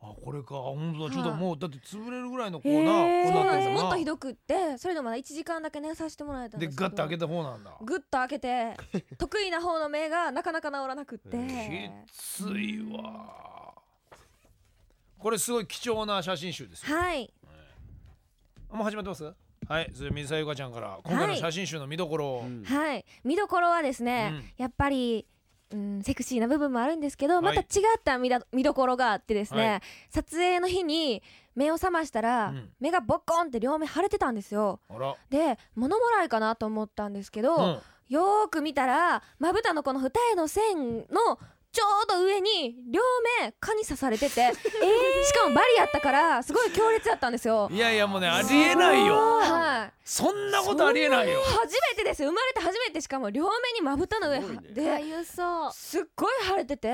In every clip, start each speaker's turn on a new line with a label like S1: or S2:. S1: これか本当だちょっ
S2: は
S1: と
S2: い
S1: もうだって潰れるぐらいの粉
S3: へ
S1: 粉
S3: ー
S2: そうなんですよ
S1: 粉
S2: もっとひどくってそれでもまだ1時間だけねさせてもらえたん
S1: で
S2: ですけど
S1: ガッと開けた方なんだ
S2: グッと開けて 得意な方の目がなかなか治らなくって、
S1: きついわこれすごい貴重な写真集ですよ
S2: はい
S1: あもう始まってますはいそれで水沢ゆかちゃんから今回の写真集の見どころを、
S3: うん
S2: はい見どころはですね、やっぱり、うん、セクシーな部分もあるんですけど、また違った見だ見どころがあってですね、
S1: はい
S2: 撮影の日に目を覚ましたら、
S1: うん
S2: 目がボコンって両目腫れてたんですよ
S1: あら
S2: で物もらいかなと思ったんですけど、
S1: うん
S2: よーく見たらまぶたのこの二重の線のちょうど上に両目蚊に刺されて て、しかもバリやったからすごい強烈やったんですよ
S1: いやいやもうねありえないよ
S2: はい
S1: そんなことありえないよ
S2: 初めてですよ生まれて初めてしかも両目にまぶたの上
S3: すごいねか
S2: で
S3: ゆそう
S2: すっごい腫れてて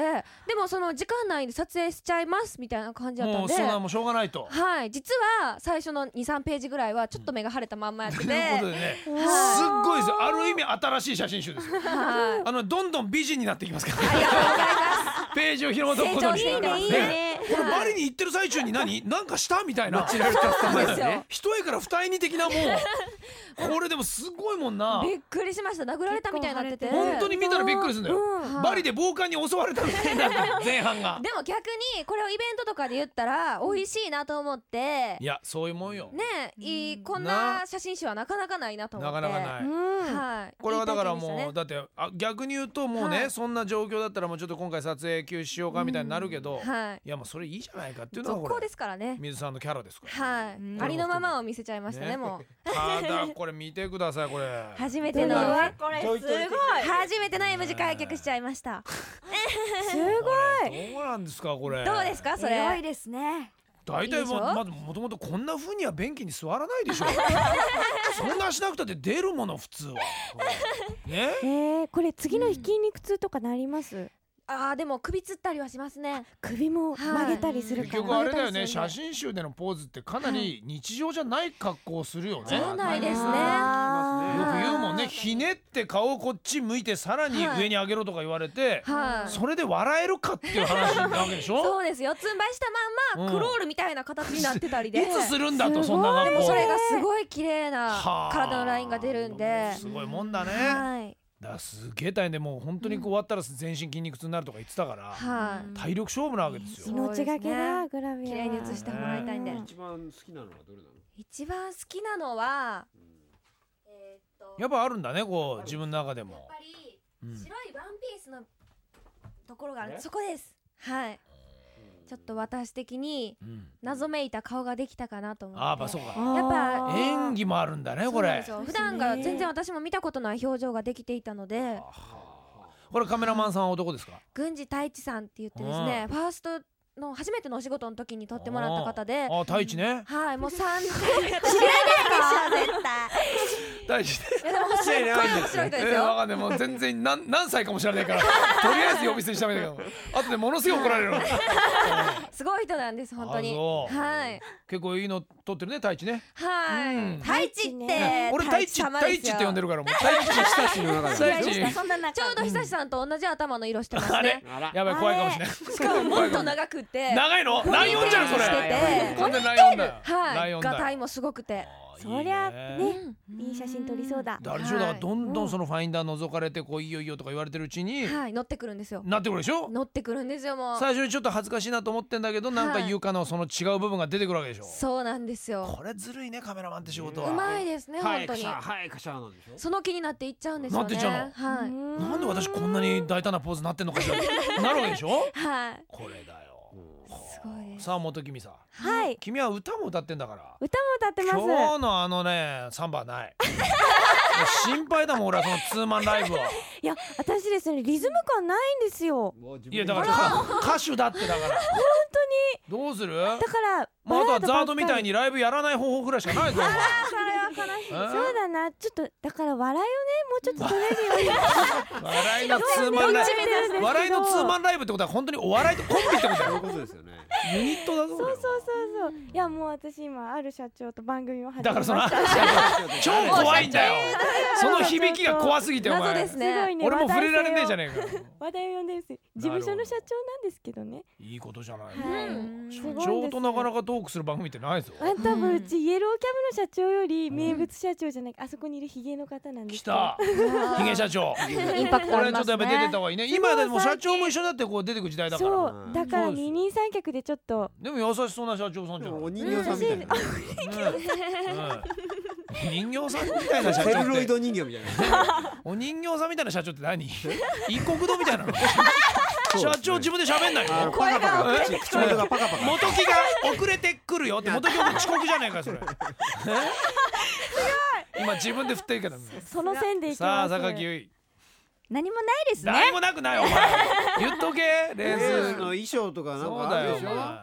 S2: でもその時間内で撮影しちゃいますみたいな感じだった
S1: も
S2: ん
S1: う
S2: で
S1: そんなもうしょうがないと
S2: はい実は最初の23ページぐらいはちょっと目が腫れたまんまやって
S1: と
S2: て、
S1: いうことでねすっ
S2: はい
S1: ごいですよある意味新しい写真集ですよ
S2: はい
S1: あのどんどん美人になっていきますから
S2: ありがとうござい
S1: ページを広げておくことに
S2: 成長してい
S3: いい
S2: い
S3: ね
S2: ね
S1: これバリに行ってる最中に 何なんかしたみたいな
S3: チラルタスタマ
S2: そう
S3: イ
S2: です
S3: ル
S2: よ
S3: ね
S1: 一重から二重に的なも うこれでもすごいもんな
S2: ますびっくりしました殴られたみたいになってて
S3: 結構腫れ
S1: 本当に見たらびっくりするんだよ
S2: うんはい
S1: バリで暴漢に襲われたみたいな前半が
S2: でも逆にこれをイベントとかで言ったら美味しいなと思って
S1: いやそういうもんよ
S2: ねいいこんな写真集はなかなかないなと思って
S1: なかなかない
S3: うん
S2: はい
S1: これはだから
S2: いい体験でした
S1: も
S2: ね
S1: うだってあ逆に言うともう
S2: は
S1: ね
S2: い
S1: そんな状況だったらもうちょっと今回撮影休止しようかみたいになるけど
S2: はい
S1: いやもうそれいいじゃないかっていうの
S2: 続
S1: はこ
S2: 行
S1: れ
S2: ですからね
S1: 水さんのキャラですから
S2: はい
S3: うん
S2: ありのままを見せちゃいました
S1: ね
S2: ねも う
S1: ただこれ見てくださいこれ
S2: 初めての
S3: う
S2: は
S3: わ
S4: これ
S3: ち
S4: す
S3: ょ
S4: ご
S3: い
S4: い
S3: ちょい
S2: 初めての M 字開脚しちゃいました
S3: すごい
S1: これどうなんですかこれ
S2: どうですかそれ
S4: すごいですね
S1: 大体も
S2: いいでしょ
S1: まずもともとこんな風には便器に座らないでし ょそんなしなくたって出るもの普通はね
S4: えー、これ次の筋肉痛とかなります、
S2: あーでも首つったりはしますね
S4: 首も曲げたりする
S1: 結
S4: から、
S1: 局あれだよね
S2: バレた
S1: 写
S2: り
S1: 真集でのポーズってかなり日常じゃない格好をするよね、
S2: そう
S1: よ
S2: な
S1: く
S2: んだないですね
S3: あー
S4: よく
S1: 言うもんねひねって顔をこっち向いてさらに上に上げろとか言われて、
S2: はい
S1: それで笑えるかっていう話なわけでしょ
S2: そうですよ四つん這いしたまん
S1: う
S2: ま
S1: ん
S2: クロールみたいな形になってたり
S1: い
S2: で
S1: つするんだ
S4: すご
S1: と
S4: い
S1: そんな
S2: で
S1: 格
S2: も
S1: 好
S2: それがすごい綺麗な
S1: はあ
S2: 体のラインが出るん
S1: も
S2: で
S1: うすごいもんだね、
S2: はい
S1: だからすげえ大変でもう本当にこう終わったら全身筋肉痛になるとか言ってたから、
S2: はい
S1: 体力勝負なわけですよ。
S4: 命がけだグラビア
S2: 綺麗に写してもらいたいんで
S4: うん
S5: 一番好きなのはどれなの
S2: 一番好きなのはえーっと
S1: やっぱあるんだねこう自分の中で
S2: やっ
S1: も
S2: ぱ。り
S1: うん
S2: 白いワンピースのところがあるそこですはいちょっと私的に
S1: うん
S2: 謎めいた顔ができたかなと思って
S1: ああまあそうか。
S2: やっぱ
S4: あー
S1: 演技もあるんだね
S2: そ
S1: こ
S2: うなんで
S1: れ
S2: す。よ
S4: これ
S2: 普段が全然私も見たことない表情ができていたので
S1: これカメラマンさんは男ですか。
S2: 郡司太一さんって言ってですねファーストの初めてのお仕事の時に撮ってもらった方で
S1: ああ太一ね。
S2: はいもう3年
S4: 絶対
S1: 太一ね。
S2: いやで もすっごい面白い人で
S1: えー
S2: す
S1: わ
S2: よ
S1: かんないもう全然何何歳かも知らないからとりあえず呼び捨てにしたみたいな。後でものすごい怒られる。
S2: すごい人なんです本当
S1: あ
S2: に
S1: そう
S2: はい
S1: 結構いいの撮ってるね太一ね。
S2: はい太一っ
S4: ね
S2: て
S1: 俺太一太一って呼んで
S2: る
S1: るからもう太一 親しいの中で。太一。
S4: そんな中
S2: ちょうど久志さんと同じ頭の色してますね
S5: あら
S1: やばい怖いかもしれない。
S2: しかももっと長くて
S1: 長いのライオンじゃんそれ
S2: してて
S1: 完全にライオンだよラ
S2: は
S1: イオ
S2: い
S1: ンだ
S2: が
S1: よ
S2: たいもすごくて
S1: あー
S4: そりゃ
S1: いい
S4: ね
S2: うん
S4: いい写真撮りそうだ
S1: であれでしょだから
S2: はい
S1: どんどんそのファインダー覗かれてこういいよいいよとか言われてるうちに
S2: はい乗ってくるんですよ
S1: なってくるでしょ
S2: 乗ってくるんですよもう
S1: 最初にちょっと恥ずかしいなと思ってんだけどなんか言うかのその違う部分が出てくるわけでしょ
S2: そうなんですよ
S1: これずるいねカメラマンって仕事
S2: う
S1: は
S2: まいですね
S5: は
S2: 本
S5: い
S2: 当
S5: カシ
S2: に
S5: ャーはいカシャーなんでしょ
S2: その気になっていっちゃうんですよ
S1: なって
S2: ね
S1: っちゃうの
S2: はい
S1: なんで私こんなに大胆なポーズなってんのかしらなるわけでしょ
S2: はい
S1: これだよ
S2: すごいです
S1: さあ元君さん
S4: はい
S1: 君は歌も歌ってんだから
S4: 歌も歌ってま
S1: 今
S4: す
S1: 日のあのねサンバない 心配だもん俺はそのツーマンライブはい
S4: や私ですねリズム感ないんですよ
S5: うわ自分
S1: い
S5: で
S1: やだからか歌手だってだから本当にどうする
S4: だから
S1: まあ、あとはザードみた
S4: い
S1: いにライブやらない方法ぐらいしかないぞお前
S4: それは悲そうだなちょっとだから笑いをねもうちょっと取れるように
S1: 笑いのツーマンライ
S4: 目指すんですけ
S1: ブ
S4: ど
S1: 笑いのツーマンライブってことは本当にお笑いとコンビってことだ
S5: そういう
S1: よ
S5: ことですよね。
S1: ユニットだぞ
S4: そうそうそうそういやもう私今ある社長と番組を始め
S1: だか
S4: ま
S1: ら
S4: し
S1: そ
S4: た
S1: の超怖いんだよその響きが怖すぎてお
S2: 謎で
S1: 前
S2: す
S4: すごい
S2: ね
S4: ね
S1: 俺も触れられねえじゃ
S4: ね
S1: ねえかよ
S4: 話題を呼んでるんです事務所の社長なんですけどね
S1: いいことじゃない
S4: はい
S2: うん
S1: 社
S4: すごいんですよ
S1: 長となかなかトークする番組ってないぞ
S4: あんたもうちイエローキャブの社長より名物社長じゃないあそこにいるヒゲの方なんで
S1: 来
S4: すけど
S1: たヒゲ社長
S2: インパクト
S1: こ
S2: あ
S1: れ
S2: り
S1: ちょ
S2: ま
S1: っとや
S2: す
S1: っぱ出てった
S2: ね
S1: 方がいいね今でも社長も一緒になってこう出てく時代だから
S4: そうだから
S1: そうです
S4: 二人三脚でちょっと
S1: でも優しそうな社長さんじ
S5: で
S1: ゃ
S5: も
S1: ん
S5: お人形さんみたいな。
S1: 人形さんみたいな社
S5: セル
S1: 長っ
S5: ロイ
S1: て
S5: ド人形みたいな。
S1: お人形さんみたいな社長って何一国堂みたいなの
S5: そう
S1: 社長自分で喋んない
S5: あの
S1: の
S5: パカパカ
S1: え
S5: 口口元がパカパカ。
S1: 元木が遅れてくるよって元木遅刻じゃないかよそれえ今自分で振ってるけど
S4: その線でいき
S1: さ
S4: ま
S1: あ
S4: す
S1: 榊ゆい
S6: 何もないですね
S1: 何もなくないお前 言っとけレ
S5: レ
S1: ー
S5: ース
S1: ス
S5: の衣装とかなん
S1: そう
S5: かあ
S1: だ
S5: る
S1: よお
S5: でしょ
S1: 前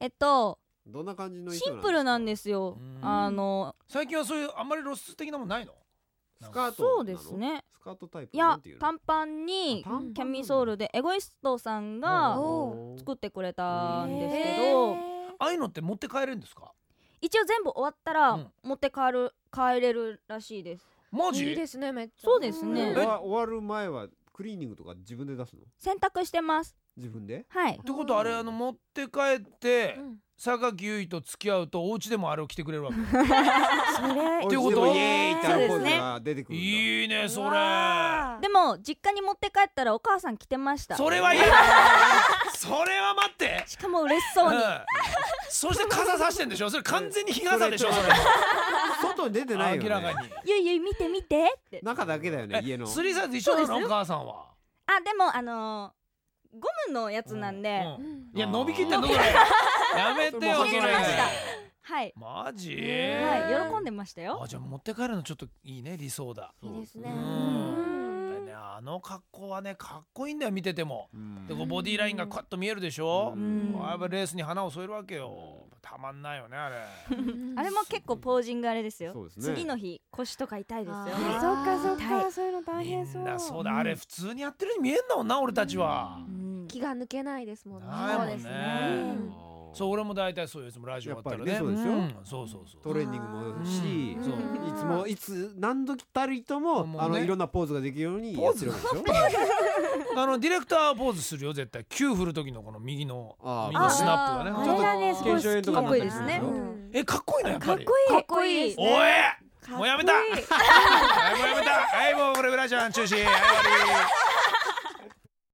S6: えっと
S5: どんな感じの衣
S6: シ
S5: 装
S6: ンプルなんですすよ
S1: うん
S6: あの
S1: 最近はそういうあんまり露出的なもんないの
S5: かスカート
S6: そうですね
S5: スカートタイプ
S6: い
S5: な
S6: や
S5: んてうの
S6: 短パンに
S5: あ短パンなんだ
S6: キャミソールでエゴイストさんが
S5: おー
S6: 作ってくれたんですけ
S2: へ
S6: ど
S1: ああいうのって持って帰れるんですか
S6: 一応全部終わった
S1: う
S6: ら
S1: ん
S6: 持って帰る帰れるらしいです
S1: マ
S2: い
S1: ジ
S2: いですねめっちゃ
S6: そうですね
S5: 終わ終わる前はクリーニングとか自分で出すの
S6: 洗濯してます
S5: 自分で
S6: はい
S1: ってことはあれあの持って帰って
S2: うん
S1: 榊優衣と付き合うとお家でもあれを着てくれるわけ
S4: それ
S1: ていうこと
S5: お家でもイエーイってあのポーズが出てくるんだ
S1: いいねそうれ
S4: わー
S6: でも実家に持って帰ったらお母さん着てました
S1: それは嫌だ それは待って
S6: しかも嬉しそ うに
S1: んそして傘さしてんでしょそれ完全に日傘でしょそれ
S5: 外に出てないよ
S1: 明らか
S5: ね
S1: に
S6: ゆいゆい見て見てって
S5: 中だけだよね家の
S1: スリーサイズ一緒な
S6: そうで
S1: のお母さんは
S6: あでもあのーゴムのやつなんで、
S1: う
S2: うんん
S1: いや伸びきったところやめてよそ
S5: それも
S1: れ
S6: 切れましたはい、
S1: マジ
S6: はい、喜んでましたよ
S1: あじゃあ持って帰るのちょっといいね理想だ
S2: いいですね
S1: う
S2: うん
S1: だねあの格好はねかっこいいんだよ見てても
S5: うん
S1: でこうボディラインがカッと見えるでしょ
S5: う
S6: うん
S1: やっぱレースに花を添えるわけよたまんないよねあれ
S6: あれも結構ポージングあれですよ
S5: そうですね
S6: 次の日腰とか痛いですよ
S2: あ
S4: あ
S2: ー
S4: そっかそっ
S6: は
S4: かそういうの大
S1: み
S4: 変そ
S1: んな
S4: う
S1: そうだあれ普通にやってるように見えんだもんな俺たちは
S6: うん
S2: 気が抜けないですもんね
S1: ないもんね
S2: そうですね
S1: うんそう俺も大体そうよいつもラジオ終わったらね
S5: やっぱりねそうで
S1: ん
S5: す
S1: そうそうそう
S5: トレーニングもし
S1: うん
S5: そう
S2: うん
S5: いつもいつ何時たりとも
S1: もうね
S5: あのいろんなポーズができるようにやってるわけでしょ
S1: あのディレクターはポーズするよ絶対9振る時のこの右の
S5: あー
S1: 右のスナップが
S6: あー
S4: あ
S1: ね
S4: れがねすごい好き
S6: かっこいいですね
S4: うん
S2: うん
S1: えかっこいいのやっ
S4: か
S1: ぱ
S4: っ
S1: り
S4: こいい
S2: かっこいいです
S1: お
S2: 네,
S1: えもうやめた
S4: かっこいい
S1: はいもうやめたはいもうこれぐらいじゃん中止はい終わり